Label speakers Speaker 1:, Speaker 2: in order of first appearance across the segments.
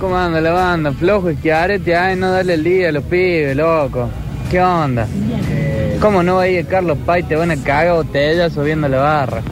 Speaker 1: banda, la banda. Flojo y que arete hay no darle el día a los pibes, loco. ¿Qué onda?
Speaker 2: Eh,
Speaker 1: ¿Cómo no va a ir Carlos Pay? Te van a cagar botella subiendo la barra.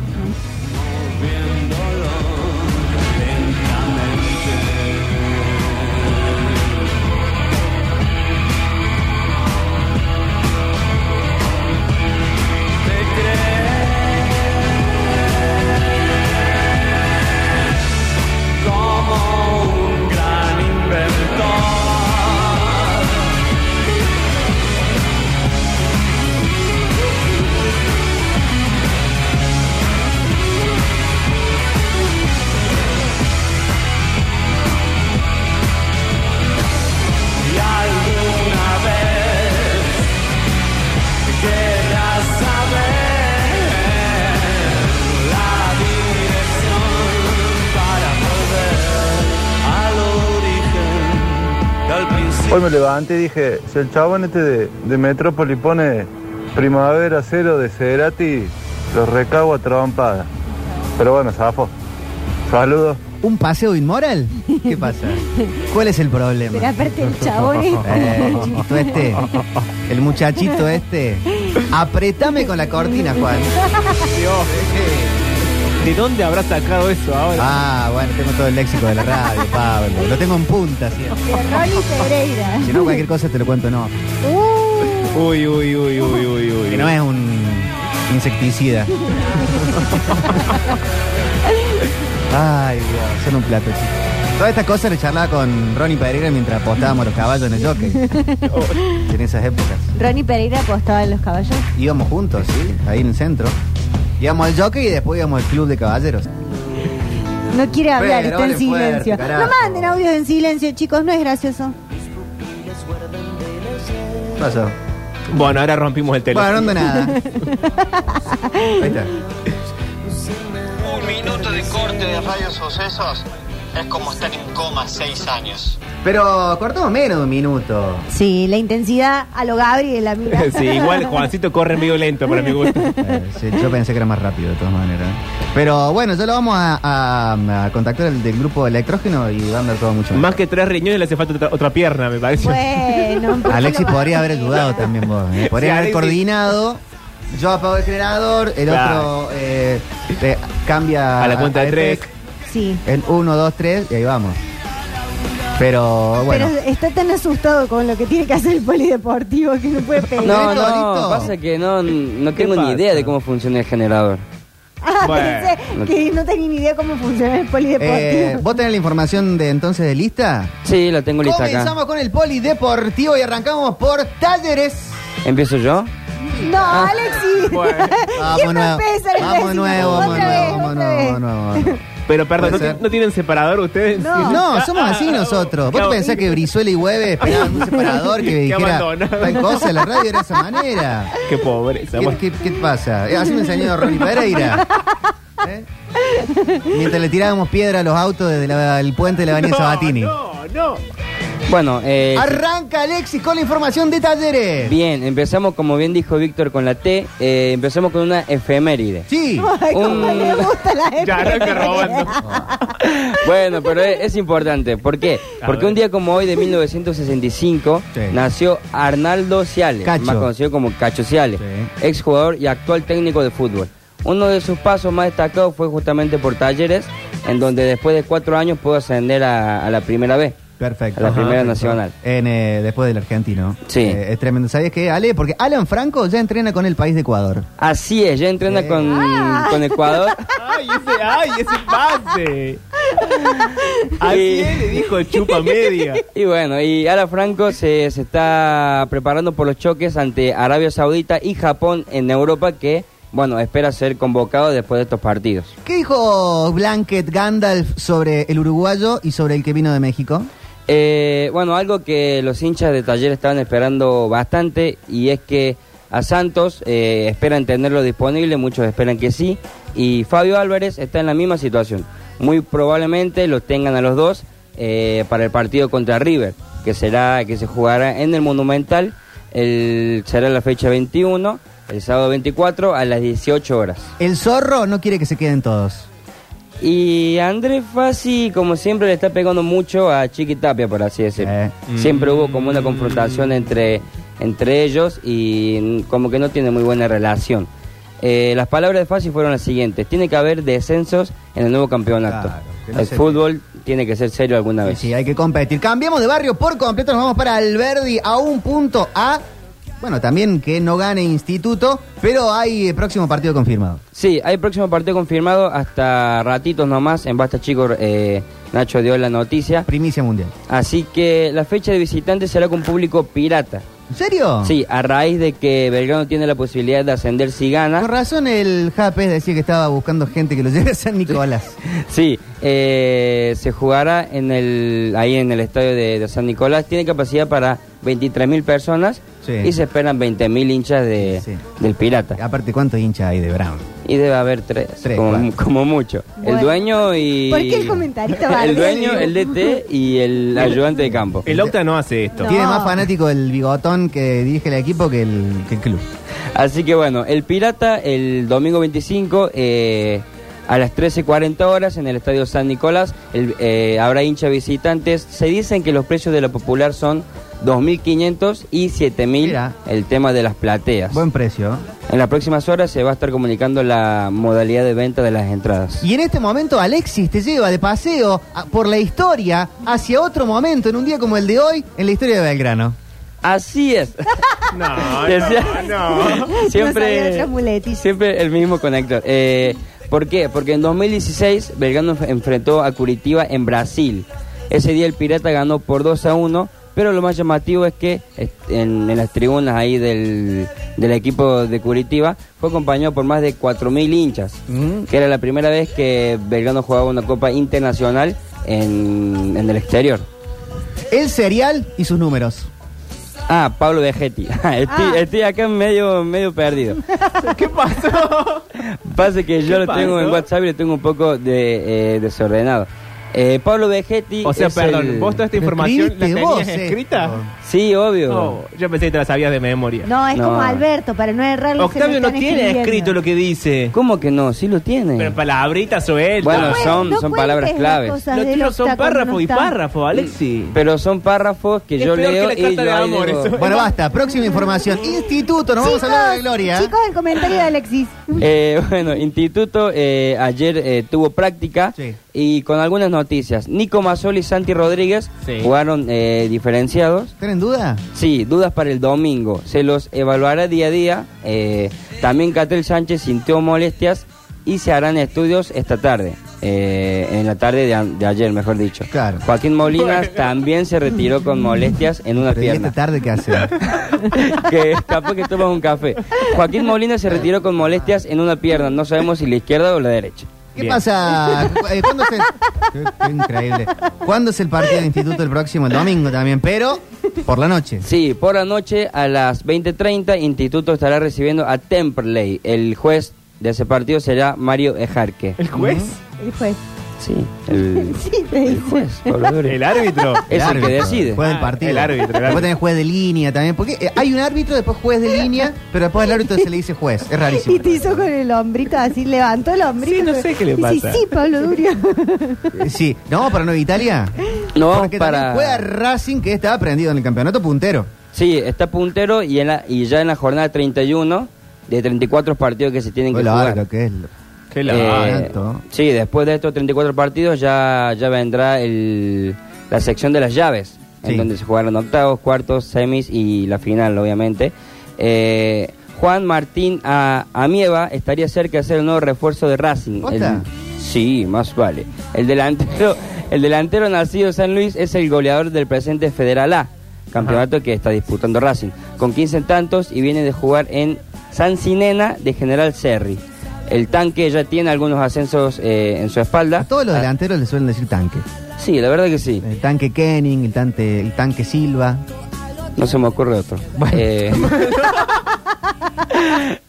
Speaker 3: Hoy me levanté y dije, si el chabón este de, de Metrópoli pone Primavera Cero de Cerati, los recago a trompada. Pero bueno, zafo. Saludos.
Speaker 4: ¿Un paseo inmoral? ¿Qué pasa? ¿Cuál es el problema?
Speaker 5: Pero aparte el chabón es como-
Speaker 4: Eh, el chiquito este, el muchachito este. Apretame con la cortina, Juan.
Speaker 6: Dios, eh, ¿de dónde habrá sacado eso ahora?
Speaker 4: Ah, bueno, tengo todo el léxico de la radio, Pablo. Lo tengo en punta, ¿sí?
Speaker 5: Pero Rolly Pereira.
Speaker 4: Si no, cualquier cosa te lo cuento, no.
Speaker 5: Uh,
Speaker 6: Uy, uy, uy, uy, uy, uy.
Speaker 4: Que no es un insecticida. Ay, Dios, son un plato, chicos. Todas estas cosas le charlaba con Ronnie Pereira mientras apostábamos los caballos en el jockey. En esas épocas.
Speaker 5: Ronnie Pereira apostaba en los caballos.
Speaker 4: Íbamos juntos, ¿sí? ahí en el centro. Íbamos al jockey y después íbamos al club de caballeros.
Speaker 5: No quiere hablar,
Speaker 4: Pero
Speaker 5: está en
Speaker 4: hablen fuerte,
Speaker 5: silencio.
Speaker 4: carajo.
Speaker 5: no manden audios en silencio, chicos, no es gracioso.
Speaker 4: ¿Qué pasó?
Speaker 6: Bueno, ahora rompimos el teléfono.
Speaker 4: Bueno, no ando nada. Ahí está.
Speaker 7: Un minuto de corte de Radio Sucesos es como estar en coma seis años.
Speaker 4: Pero cortamos menos de un minuto.
Speaker 5: Sí, la intensidad a lo Gabriel, la mira.
Speaker 6: sí, igual Juancito corre medio lento para mi gusto.
Speaker 4: Eh, sí, yo pensé que era más rápido de todas maneras. Pero bueno, ya lo vamos a, a- a contactar el del grupo electrógeno y va a andar todo mucho
Speaker 6: Más
Speaker 4: mejor.
Speaker 6: que tres riñones le hace falta otra, otra pierna, me parece.
Speaker 5: Bueno, ¿por qué
Speaker 4: Alexis
Speaker 5: lo vas a
Speaker 4: podría haber
Speaker 5: hacer?
Speaker 4: ayudado también vos. eh. Podría
Speaker 6: Sí,
Speaker 4: haber
Speaker 6: Alexis.
Speaker 4: coordinado. Yo apago el generador, el
Speaker 6: Claro.
Speaker 4: otro eh, eh, cambia
Speaker 6: A la cuenta de tres.
Speaker 4: FX,
Speaker 5: Sí.
Speaker 4: El 1, 2, 3 y ahí vamos. Pero bueno.
Speaker 5: Pero está tan asustado con lo que tiene que hacer el polideportivo que no puede pedir.
Speaker 4: No,
Speaker 2: No,
Speaker 4: no, Torito.
Speaker 2: no, pasa que no, no
Speaker 6: ¿Qué
Speaker 2: tengo ni
Speaker 6: pasa?
Speaker 2: idea de cómo funciona el generador.
Speaker 5: Ah,
Speaker 6: Bueno.
Speaker 5: pensé que no tenía ni idea cómo funciona el
Speaker 4: eh,
Speaker 5: polideportivo.
Speaker 4: ¿Vos tenés la información de entonces de lista?
Speaker 2: Sí, la tengo lista acá.
Speaker 4: Comenzamos con el polideportivo y arrancamos por talleres.
Speaker 2: ¿Empiezo yo?
Speaker 5: no,
Speaker 6: Ah.
Speaker 5: Alexis.
Speaker 6: Bueno.
Speaker 5: ¿Quién
Speaker 4: Vamos
Speaker 5: va a
Speaker 4: nuevo,
Speaker 5: empezar el
Speaker 4: vamos
Speaker 5: décimo?
Speaker 4: nuevo,
Speaker 5: Otra
Speaker 4: vamos
Speaker 5: vez,
Speaker 4: nuevo, vamos
Speaker 5: otra
Speaker 4: nuevo,
Speaker 5: vez.
Speaker 4: vamos nuevo, vamos nuevo.
Speaker 6: Pero perdón, ¿no,
Speaker 4: Puede
Speaker 6: ti-
Speaker 4: ser.
Speaker 6: no tienen separador ustedes?
Speaker 5: No.
Speaker 4: No, somos así nosotros. ¿Vos
Speaker 6: Qué
Speaker 4: pensás que Brizuela y Hueve esperaban un separador que
Speaker 6: Qué
Speaker 4: dijera
Speaker 6: abandonado.
Speaker 4: tal cosa? La radio era de esa manera.
Speaker 6: Qué pobreza.
Speaker 4: ¿Qué,
Speaker 6: bueno.
Speaker 4: qué, qué pasa? Eh, Así me enseñó Ronnie Pereira. ¿Eh? Mientras le tirábamos piedra a los autos desde la- el puente de la Avenida
Speaker 6: No,
Speaker 4: Sabatini.
Speaker 6: No, no.
Speaker 2: Bueno, eh,
Speaker 4: Arranca Alexis con la información de talleres.
Speaker 2: bien, empezamos como bien dijo Víctor con la T, eh, empezamos con una efeméride.
Speaker 4: Sí.
Speaker 5: Ay, cómo
Speaker 2: Un-
Speaker 5: le gusta la
Speaker 6: Ya arranca
Speaker 5: FPL.
Speaker 6: robando.
Speaker 2: Bueno, pero es, es importante. ¿Por qué?
Speaker 6: A
Speaker 2: Porque
Speaker 6: ver.
Speaker 2: un día como hoy de 1965
Speaker 4: Sí.
Speaker 2: nació Arnaldo Ciales,
Speaker 4: Cacho.
Speaker 2: más conocido como Cacho Ciales,
Speaker 4: Sí.
Speaker 2: exjugador y actual técnico de fútbol. Uno de sus pasos más destacados fue justamente por Talleres, en donde después de cuatro años pudo ascender a, a la primera B.
Speaker 4: Perfecto.
Speaker 2: A la
Speaker 4: Ajá,
Speaker 2: Primera
Speaker 4: perfecto.
Speaker 2: Nacional.
Speaker 4: En, eh, después del argentino.
Speaker 2: Sí.
Speaker 4: Eh, es tremendo. ¿Sabías qué, Ale? Porque Alan Franco ya entrena con el país de Ecuador.
Speaker 2: Así es, ya entrena
Speaker 4: Sí. Ah.
Speaker 2: con, con Ecuador.
Speaker 6: Ay, ese, ay, ese pase. ¿A quién le dijo chupa media?
Speaker 2: Y bueno, y Ala Franco se, se está preparando por los choques ante Arabia Saudita y Japón en Europa que, bueno, espera ser convocado después de estos partidos.
Speaker 4: ¿Qué dijo Blanket Gandalf sobre el uruguayo y sobre el que vino de México?
Speaker 2: Eh, bueno, algo que los hinchas de Taller estaban esperando bastante y es que a Santos eh, esperan tenerlo disponible, muchos esperan que sí, y Fabio Álvarez está en la misma situación. Muy probablemente los tengan a los dos eh, para el partido contra River, que será que se jugará en el Monumental, el, será la fecha 21, el sábado 24 a las 18 horas.
Speaker 4: El zorro no quiere que se queden todos.
Speaker 2: Y Andrés Fassi, como siempre, le está pegando mucho a Chiqui Tapia, por así decirlo.
Speaker 4: Eh.
Speaker 2: Siempre hubo como una confrontación entre, entre ellos y n- como que no tiene muy buena relación. Eh, las palabras de Fassi fueron las siguientes. Tiene que haber descensos en el nuevo campeonato.
Speaker 4: Claro, que no
Speaker 2: el
Speaker 4: se-
Speaker 2: fútbol tiene que ser serio alguna
Speaker 4: Sí,
Speaker 2: vez.
Speaker 4: sí, hay que competir. Cambiamos de barrio por completo, nos vamos para Alberdi a un punto A. Bueno, también que no gane Instituto, pero hay eh, próximo partido confirmado.
Speaker 2: Sí, hay próximo partido confirmado hasta ratitos nomás. En Basta Chicos, eh, Nacho dio la noticia.
Speaker 4: Primicia mundial.
Speaker 2: Así que la fecha de visitantes será con público pirata.
Speaker 4: ¿En serio?
Speaker 2: Sí, a raíz de que Belgrano tiene la posibilidad de ascender si
Speaker 4: Con
Speaker 2: gana.
Speaker 4: razón el Japes decía que estaba buscando gente que lo lleve a San Nicolás.
Speaker 2: Sí, eh, se jugará en el, ahí en el estadio de, de San Nicolás. Tiene capacidad para 23.000 personas
Speaker 4: Sí.
Speaker 2: y se esperan 20.000 hinchas de,
Speaker 4: Sí.
Speaker 2: del Pirata.
Speaker 4: Aparte, ¿cuántos hinchas hay de Brown?
Speaker 2: Y debe haber tres,
Speaker 4: Tres,
Speaker 2: como,
Speaker 4: cuatro.
Speaker 2: como mucho.
Speaker 5: Bueno.
Speaker 2: El dueño y...
Speaker 5: ¿Por qué el comentarista va
Speaker 2: El
Speaker 5: al
Speaker 2: dueño,
Speaker 5: medio?
Speaker 2: el DT y el ayudante de campo.
Speaker 6: El Octa no hace esto.
Speaker 5: No.
Speaker 4: Tiene más fanático el bigotón que dirige el equipo que el, que el club.
Speaker 2: Así que bueno, el Pirata el domingo 25 eh, a las 13.40 horas en el Estadio San Nicolás el- eh, habrá hincha visitantes. Se dicen que los precios de la popular son 2.500 y 7.000
Speaker 4: Mira.
Speaker 2: el tema de las plateas.
Speaker 4: Buen precio. ¿eh?
Speaker 2: En las próximas horas se va a estar comunicando la modalidad de venta de las entradas.
Speaker 4: Y en este momento Alexis te lleva de paseo a- por la historia hacia otro momento, en un día como el de hoy, en la historia de Belgrano.
Speaker 2: Así es.
Speaker 6: No,
Speaker 2: Decía-
Speaker 6: no, no.
Speaker 5: No sabía
Speaker 2: siempre,
Speaker 5: otras muletillas.
Speaker 2: siempre el mismo conector. Eh, ¿Por qué? Porque en 2016 Belgrano enf- enfrentó a Curitiba en Brasil. Ese día el Pirata ganó por 2 a 1, pero lo más llamativo es que est- en, en las tribunas ahí del, del equipo de Curitiba fue acompañado por más de 4.000 hinchas,
Speaker 6: Mm.
Speaker 2: que era la primera vez que Belgrano jugaba una Copa Internacional en, en el exterior.
Speaker 4: El serial y sus números.
Speaker 2: Ah, Pablo Vegetti. Estoy,
Speaker 5: Ah.
Speaker 2: estoy acá medio, medio perdido.
Speaker 6: ¿Qué pasó?
Speaker 2: Pasa que yo
Speaker 6: ¿Qué
Speaker 2: lo tengo en
Speaker 6: pasó?
Speaker 2: WhatsApp y lo tengo un poco de, eh, desordenado. Eh, Pablo Vegetti.
Speaker 6: O sea,
Speaker 2: es
Speaker 6: perdón,
Speaker 2: el-
Speaker 6: vos toda esta
Speaker 4: Lo
Speaker 6: información la
Speaker 4: escribiste
Speaker 6: tenías
Speaker 4: vos, eh.
Speaker 6: escrita.
Speaker 2: Sí, obvio.
Speaker 6: No, yo pensé que te la sabías de memoria.
Speaker 5: No, es
Speaker 2: No.
Speaker 5: como Alberto, para no errar lo que
Speaker 6: Octavio
Speaker 5: lo
Speaker 6: no
Speaker 5: están
Speaker 6: tiene
Speaker 5: escribiendo.
Speaker 6: escrito lo que dice.
Speaker 2: ¿Cómo que no? Sí lo tiene.
Speaker 6: Pero palabritas sueltas.
Speaker 2: Bueno,
Speaker 5: No puedes-
Speaker 2: son-
Speaker 5: no
Speaker 2: son
Speaker 5: cuentes
Speaker 2: palabras
Speaker 5: las
Speaker 2: claves.
Speaker 5: cosas
Speaker 6: Los
Speaker 5: del
Speaker 6: tíos son
Speaker 5: Octa cuando
Speaker 6: párrafos
Speaker 5: no
Speaker 6: y
Speaker 5: está.
Speaker 6: párrafos, Alexi.
Speaker 2: Pero son párrafos que
Speaker 6: Es
Speaker 2: yo
Speaker 6: peor que
Speaker 2: leo
Speaker 6: la
Speaker 2: y
Speaker 6: carta
Speaker 2: yo
Speaker 6: de
Speaker 2: ahí
Speaker 6: amor,
Speaker 2: digo-
Speaker 6: eso.
Speaker 4: Bueno, basta, próxima información. Instituto, nos vamos a hablar de Gloria. ¿eh?
Speaker 5: Chicos, el comentario de Alexis.
Speaker 2: Eh, bueno, Instituto eh, ayer eh, tuvo práctica
Speaker 4: Sí.
Speaker 2: y con algunas noticias. Nico Mazzoli y Santi Rodríguez
Speaker 6: Sí.
Speaker 2: jugaron eh, diferenciados.
Speaker 4: ¿Están en duda?
Speaker 2: Sí, dudas para el domingo. Se los evaluará día a día. Eh, también Catel Sánchez sintió molestias y se harán estudios esta tarde. Eh, en la tarde de, a- de ayer, mejor dicho.
Speaker 4: Claro.
Speaker 2: Joaquín Molina también se retiró con molestias en una
Speaker 4: Pero ¿y esta
Speaker 2: pierna.
Speaker 4: tarde qué hace?
Speaker 2: que capaz que tomas un café. Joaquín Molina se retiró con molestias en una pierna. No sabemos si la izquierda o la derecha.
Speaker 4: ¿Qué
Speaker 6: Bien.
Speaker 4: pasa? ¿Cu- eh, ¿Cuándo se... qué, qué increíble. ¿Cuándo es el partido de instituto el próximo? El domingo también, pero por la noche.
Speaker 2: Sí, por la noche a las 20.30 Instituto estará recibiendo a Temperley. El juez de ese partido será Mario Ejarque.
Speaker 6: ¿El juez?
Speaker 5: El juez.
Speaker 2: Sí, el,
Speaker 5: Sí, te
Speaker 2: el
Speaker 5: dice.
Speaker 2: juez, Pablo Durio.
Speaker 6: ¿El árbitro?
Speaker 2: Es el que decide.
Speaker 4: Juez del
Speaker 6: Ah,
Speaker 4: partido.
Speaker 6: el árbitro, el
Speaker 4: Después
Speaker 6: árbitro.
Speaker 4: tenés juez de línea también. Porque eh, hay un árbitro, después juez de línea, pero después el árbitro se le dice juez. Es rarísimo.
Speaker 5: Y te hizo con el hombrito así, levantó el hombrito.
Speaker 6: Sí, no sé qué le
Speaker 5: Y sí,
Speaker 6: pasa.
Speaker 5: sí, Pablo Durio.
Speaker 4: Eh, Sí. ¿No vamos para Nueva Italia?
Speaker 2: No vamos
Speaker 4: Porque también
Speaker 2: para.
Speaker 4: Juega Racing, que está aprendido en el campeonato puntero.
Speaker 2: Sí, está puntero y, en la- y ya en la jornada 31 de 34 partidos que se tienen que
Speaker 4: Pues Lo
Speaker 2: jugar.
Speaker 4: largo que es.
Speaker 6: Qué
Speaker 2: Eh,
Speaker 4: tanto.
Speaker 2: sí, después de estos 34 partidos ya, ya vendrá el, la sección de las llaves,
Speaker 4: Sí.
Speaker 2: en donde se jugaron octavos, cuartos, semis y la final, obviamente. Eh, Juan Martín a, Amieva estaría cerca de ser el nuevo refuerzo de Racing.
Speaker 4: ¿Posta?
Speaker 2: El- sí, más vale. El delantero, el delantero nacido en San Luis es el goleador del presente Federal A, campeonato que está disputando Racing, con 15 tantos y viene de jugar en San Sinena de General Serri. El tanque ya tiene algunos ascensos eh, en su espalda.
Speaker 4: A todos los
Speaker 2: Ah,
Speaker 4: delanteros le suelen decir tanque.
Speaker 2: Sí, la verdad que sí.
Speaker 4: El tanque Kenning, el tanque, el tanque Silva.
Speaker 2: No se me ocurre otro.
Speaker 4: Bueno.
Speaker 2: Eh,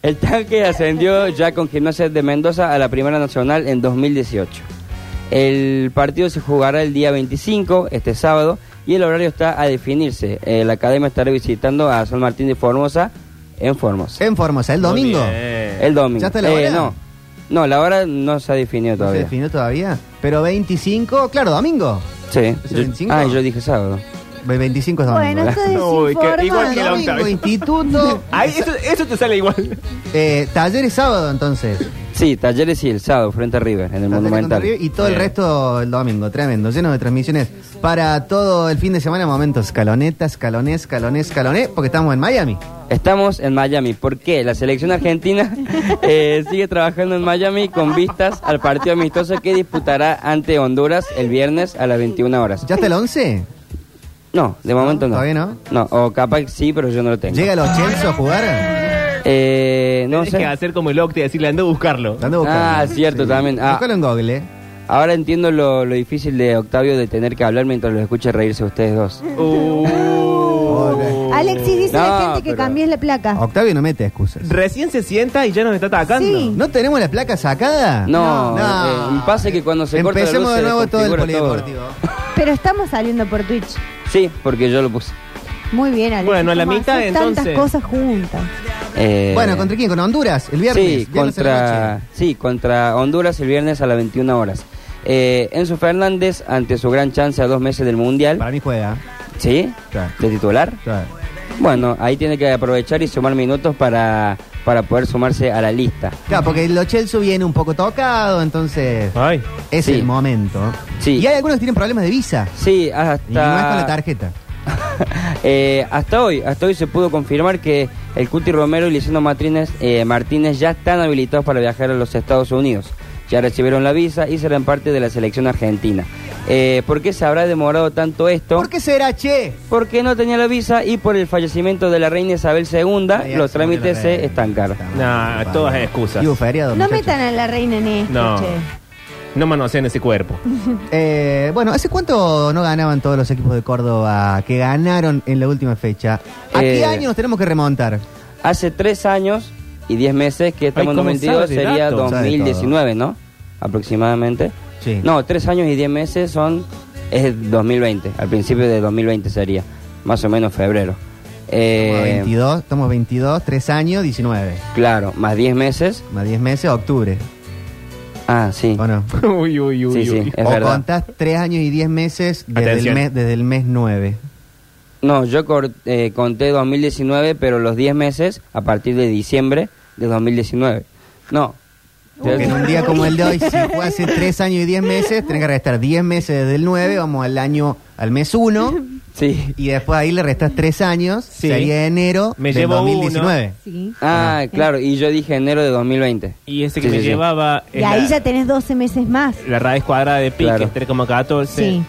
Speaker 2: el tanque ascendió ya con Gimnasia de Mendoza a la Primera Nacional en 2018. El partido se jugará el día 25, este sábado, y el horario está a definirse. Eh, la academia estará visitando a San Martín de Formosa en Formosa.
Speaker 4: En Formosa, el domingo.
Speaker 6: Muy bien.
Speaker 2: El domingo.
Speaker 4: ¿Ya está la
Speaker 2: Eh,
Speaker 4: hora?
Speaker 2: no. No, la hora no se ha definido
Speaker 4: ¿No se
Speaker 2: todavía.
Speaker 4: definió todavía? Pero 25, claro, domingo.
Speaker 2: Sí.
Speaker 4: ¿Es el
Speaker 2: Yo-
Speaker 4: 25?
Speaker 2: ah, yo dije sábado.
Speaker 4: Ve- 25 es domingo.
Speaker 5: Bueno, esto es
Speaker 6: Uy, que- igual que la
Speaker 4: domingo,
Speaker 6: otra vez.
Speaker 4: instituto.
Speaker 6: Ay, eso, eso te sale igual.
Speaker 4: Eh, taller es sábado entonces.
Speaker 2: Sí, Talleres y el sábado, frente a River, en el
Speaker 4: Taller contra
Speaker 2: Monumental.
Speaker 4: River Y todo el resto el domingo, tremendo, lleno de transmisiones para todo el fin de semana, momentos, escaloneta, escaloné, escaloné, escaloné, porque estamos en Miami.
Speaker 2: Estamos en Miami. ¿Por qué? La selección argentina eh, sigue trabajando en Miami con vistas al partido amistoso que disputará ante Honduras el viernes a las 21 horas.
Speaker 4: ¿Ya está el 11?
Speaker 2: No, de momento no.
Speaker 4: ¿Todavía no?
Speaker 2: No, o capaz que sí, pero yo no lo tengo.
Speaker 4: ¿Llega los Chelsea a jugar?
Speaker 2: Eh, no
Speaker 6: Tienes que
Speaker 2: sé.
Speaker 6: hacer como el Octa y decirle, anda a buscarlo.
Speaker 4: ¿Dónde buscamos?
Speaker 2: Ah, cierto, también. Ah.
Speaker 4: Búscalo en Google. eh.
Speaker 2: Ahora entiendo lo, lo difícil de Octavio de tener que hablar mientras los escuche reírse a ustedes dos.
Speaker 6: Uh.
Speaker 5: Alexis dice a
Speaker 2: No,
Speaker 5: la gente que
Speaker 2: pero-
Speaker 5: cambies la placa.
Speaker 4: Octavio no mete excusas.
Speaker 6: Recién se sienta y ya nos está atacando.
Speaker 5: Sí.
Speaker 4: ¿No tenemos la placa sacada?
Speaker 2: No, eh, me pasa que cuando se corta la
Speaker 4: Empecemos
Speaker 2: luz
Speaker 4: de
Speaker 2: se
Speaker 4: nuevo todo el
Speaker 2: desconfigura todo.
Speaker 4: polideportivo.
Speaker 5: Pero estamos saliendo por Twitch.
Speaker 2: Sí, porque yo lo puse.
Speaker 5: Muy bien, Alexis.
Speaker 6: Bueno, a la
Speaker 5: ¿cómo
Speaker 6: mitad,
Speaker 5: haces
Speaker 6: entonces.
Speaker 5: Tantas cosas juntas.
Speaker 2: Eh,
Speaker 4: Bueno, ¿contra quién? ¿Con Honduras? El viernes.
Speaker 2: Sí,
Speaker 4: viernes a la
Speaker 2: contra,
Speaker 4: noche.
Speaker 2: sí, contra Honduras el viernes a las 21 horas. Eh, Enzo Fernández, ante su gran chance a dos meses del Mundial,
Speaker 4: Para mí juega.
Speaker 2: ¿sí?
Speaker 4: Claro.
Speaker 2: De titular.
Speaker 4: Claro.
Speaker 2: Bueno, ahí tiene que aprovechar y sumar minutos para, para poder sumarse a la lista.
Speaker 4: Claro, porque el Ochelso viene un poco tocado, entonces
Speaker 6: Ay.
Speaker 4: es
Speaker 2: Ah, Sí.
Speaker 4: el momento.
Speaker 2: Sí.
Speaker 4: Y hay algunos que tienen problemas de visa.
Speaker 2: Sí,
Speaker 4: Y no es con la
Speaker 2: hasta,
Speaker 4: tarjeta.
Speaker 2: eh, hasta hoy hasta hoy se pudo confirmar que el Cuti Romero y Lisandro Martínez, eh, Martínez ya están habilitados para viajar a los Estados Unidos. Ya recibieron la visa y serán parte de la selección argentina. Eh, ¿Por qué se habrá demorado tanto esto?
Speaker 4: ¿Por qué será, che?
Speaker 2: porque no tenía la visa y por el fallecimiento de la reina Isabel II,
Speaker 4: Ay,
Speaker 2: Ah, los
Speaker 4: se murió la
Speaker 2: trámites se
Speaker 4: reina.
Speaker 2: estancaron.
Speaker 4: Está
Speaker 6: Nah,
Speaker 4: mal,
Speaker 6: todas
Speaker 4: vale.
Speaker 6: excusas.
Speaker 4: Y un feriado,
Speaker 5: No
Speaker 4: muchachos.
Speaker 5: metan a la reina en esto,
Speaker 6: No.
Speaker 5: che.
Speaker 6: No manosean ese cuerpo.
Speaker 4: Eh, bueno, ¿hace cuánto no ganaban todos los equipos de Córdoba que ganaron en la última fecha? ¿A qué
Speaker 2: Eh,
Speaker 4: año nos tenemos que remontar?
Speaker 2: Hace tres años y diez meses que estamos en
Speaker 6: ¿cómo
Speaker 2: 92,
Speaker 6: sabe de
Speaker 2: sería
Speaker 6: datos?
Speaker 4: Sabe
Speaker 2: 2019, ¿no? Aproximadamente.
Speaker 4: Sí.
Speaker 2: No, tres años y diez meses son es 2020, al principio de 2020 sería, más o menos febrero. Eh,
Speaker 4: Estamos 22, estamos 22, 3 años, 19.
Speaker 2: claro, más diez meses.
Speaker 4: Más 10 meses, octubre.
Speaker 2: Ah, sí.
Speaker 4: ¿O no?
Speaker 6: uy, uy, uy,
Speaker 2: Sí,
Speaker 6: uy.
Speaker 2: sí. Es
Speaker 4: o
Speaker 2: verdad.
Speaker 4: contás 3 años y 10 meses desde el,
Speaker 6: Atención.
Speaker 4: mes, desde el mes 9.
Speaker 2: No, yo cor- eh, conté 2019, pero los 10 meses a partir de diciembre de 2019. No.
Speaker 4: Porque en un día como el de hoy, si fue hace 3 años y 10 meses, tenés que restar 10 meses desde el 9, vamos al año, al mes 1,
Speaker 2: Sí.
Speaker 4: y después ahí le restás 3 años,
Speaker 6: Sí.
Speaker 4: sería enero
Speaker 6: Me
Speaker 4: del
Speaker 6: llevo
Speaker 4: 2019.
Speaker 5: Sí.
Speaker 2: Ah, claro, y yo dije enero de 2020.
Speaker 6: Y ese que
Speaker 2: Sí,
Speaker 6: me
Speaker 2: sí, sí.
Speaker 6: llevaba. es
Speaker 5: Y ahí
Speaker 6: la,
Speaker 5: ya tenés 12 meses más.
Speaker 6: la raíz cuadrada de pi,
Speaker 2: Claro.
Speaker 6: que es 3,14.
Speaker 5: Sí.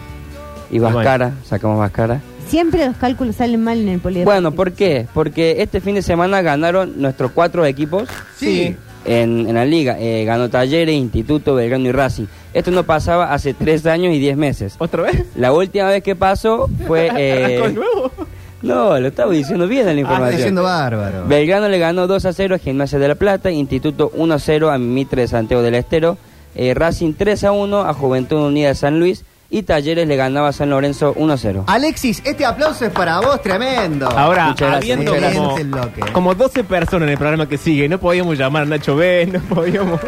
Speaker 2: Y Vascara, sacamos Vascara.
Speaker 5: Siempre los cálculos salen mal en el polideportivo.
Speaker 2: Bueno, ¿por qué? Porque este fin de semana ganaron nuestros cuatro equipos
Speaker 6: Sí.
Speaker 4: Ah,
Speaker 2: en, en la liga. Eh, ganó Talleres, Instituto, Belgrano y Racing. Esto no pasaba hace tres años y 10 meses.
Speaker 6: ¿Otra vez?
Speaker 2: La última vez que pasó fue... eh,
Speaker 6: ¿Arrancó de nuevo?
Speaker 2: no, lo estaba diciendo bien en
Speaker 4: Ah,
Speaker 2: la
Speaker 4: está
Speaker 2: información.
Speaker 4: siendo bárbaro.
Speaker 2: Belgrano le ganó 2 a 0 a Gimnasia de la Plata, Instituto 1 a 0 a Mitre de Santiago del Estero, eh, Racing 3 a 1 a Juventud Unida de San Luis y Talleres le ganaba a San Lorenzo 1 a 0.
Speaker 4: Alexis, este aplauso es para vos, tremendo.
Speaker 6: Ahora,
Speaker 2: Muchas gracias,
Speaker 6: habiendo
Speaker 2: muchas
Speaker 6: como,
Speaker 4: gracias. Excelente bloque.
Speaker 6: como 12 personas en el programa que sigue, no podíamos llamar a Nacho B, no podíamos.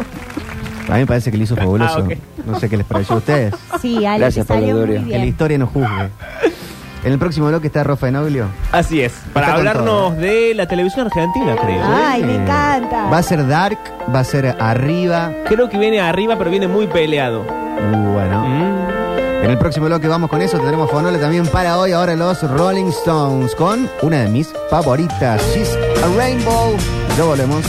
Speaker 4: A mí me parece que lo hizo fabuloso.
Speaker 6: Ah, ok.
Speaker 4: No sé qué les pareció a ustedes.
Speaker 5: Sí, Ale,
Speaker 2: Gracias,
Speaker 5: te salió
Speaker 2: Pablo
Speaker 5: muy
Speaker 2: Durio.
Speaker 4: Que la
Speaker 5: bien.
Speaker 4: historia no juzgue. En el próximo bloque está Rafa Enoglio.
Speaker 6: Así es, para
Speaker 4: Está con
Speaker 6: hablarnos de la televisión argentina, creo.
Speaker 5: Ay, me encanta.
Speaker 4: Va a ser Dark, va a ser Arriba.
Speaker 6: Creo que viene arriba, pero viene muy peleado.
Speaker 4: Muy bueno.
Speaker 6: Mm.
Speaker 4: En el próximo bloque vamos con eso. Tendremos Fonola también para hoy. Ahora los Rolling Stones con una de mis favoritas. She's a Rainbow. Ya volvemos.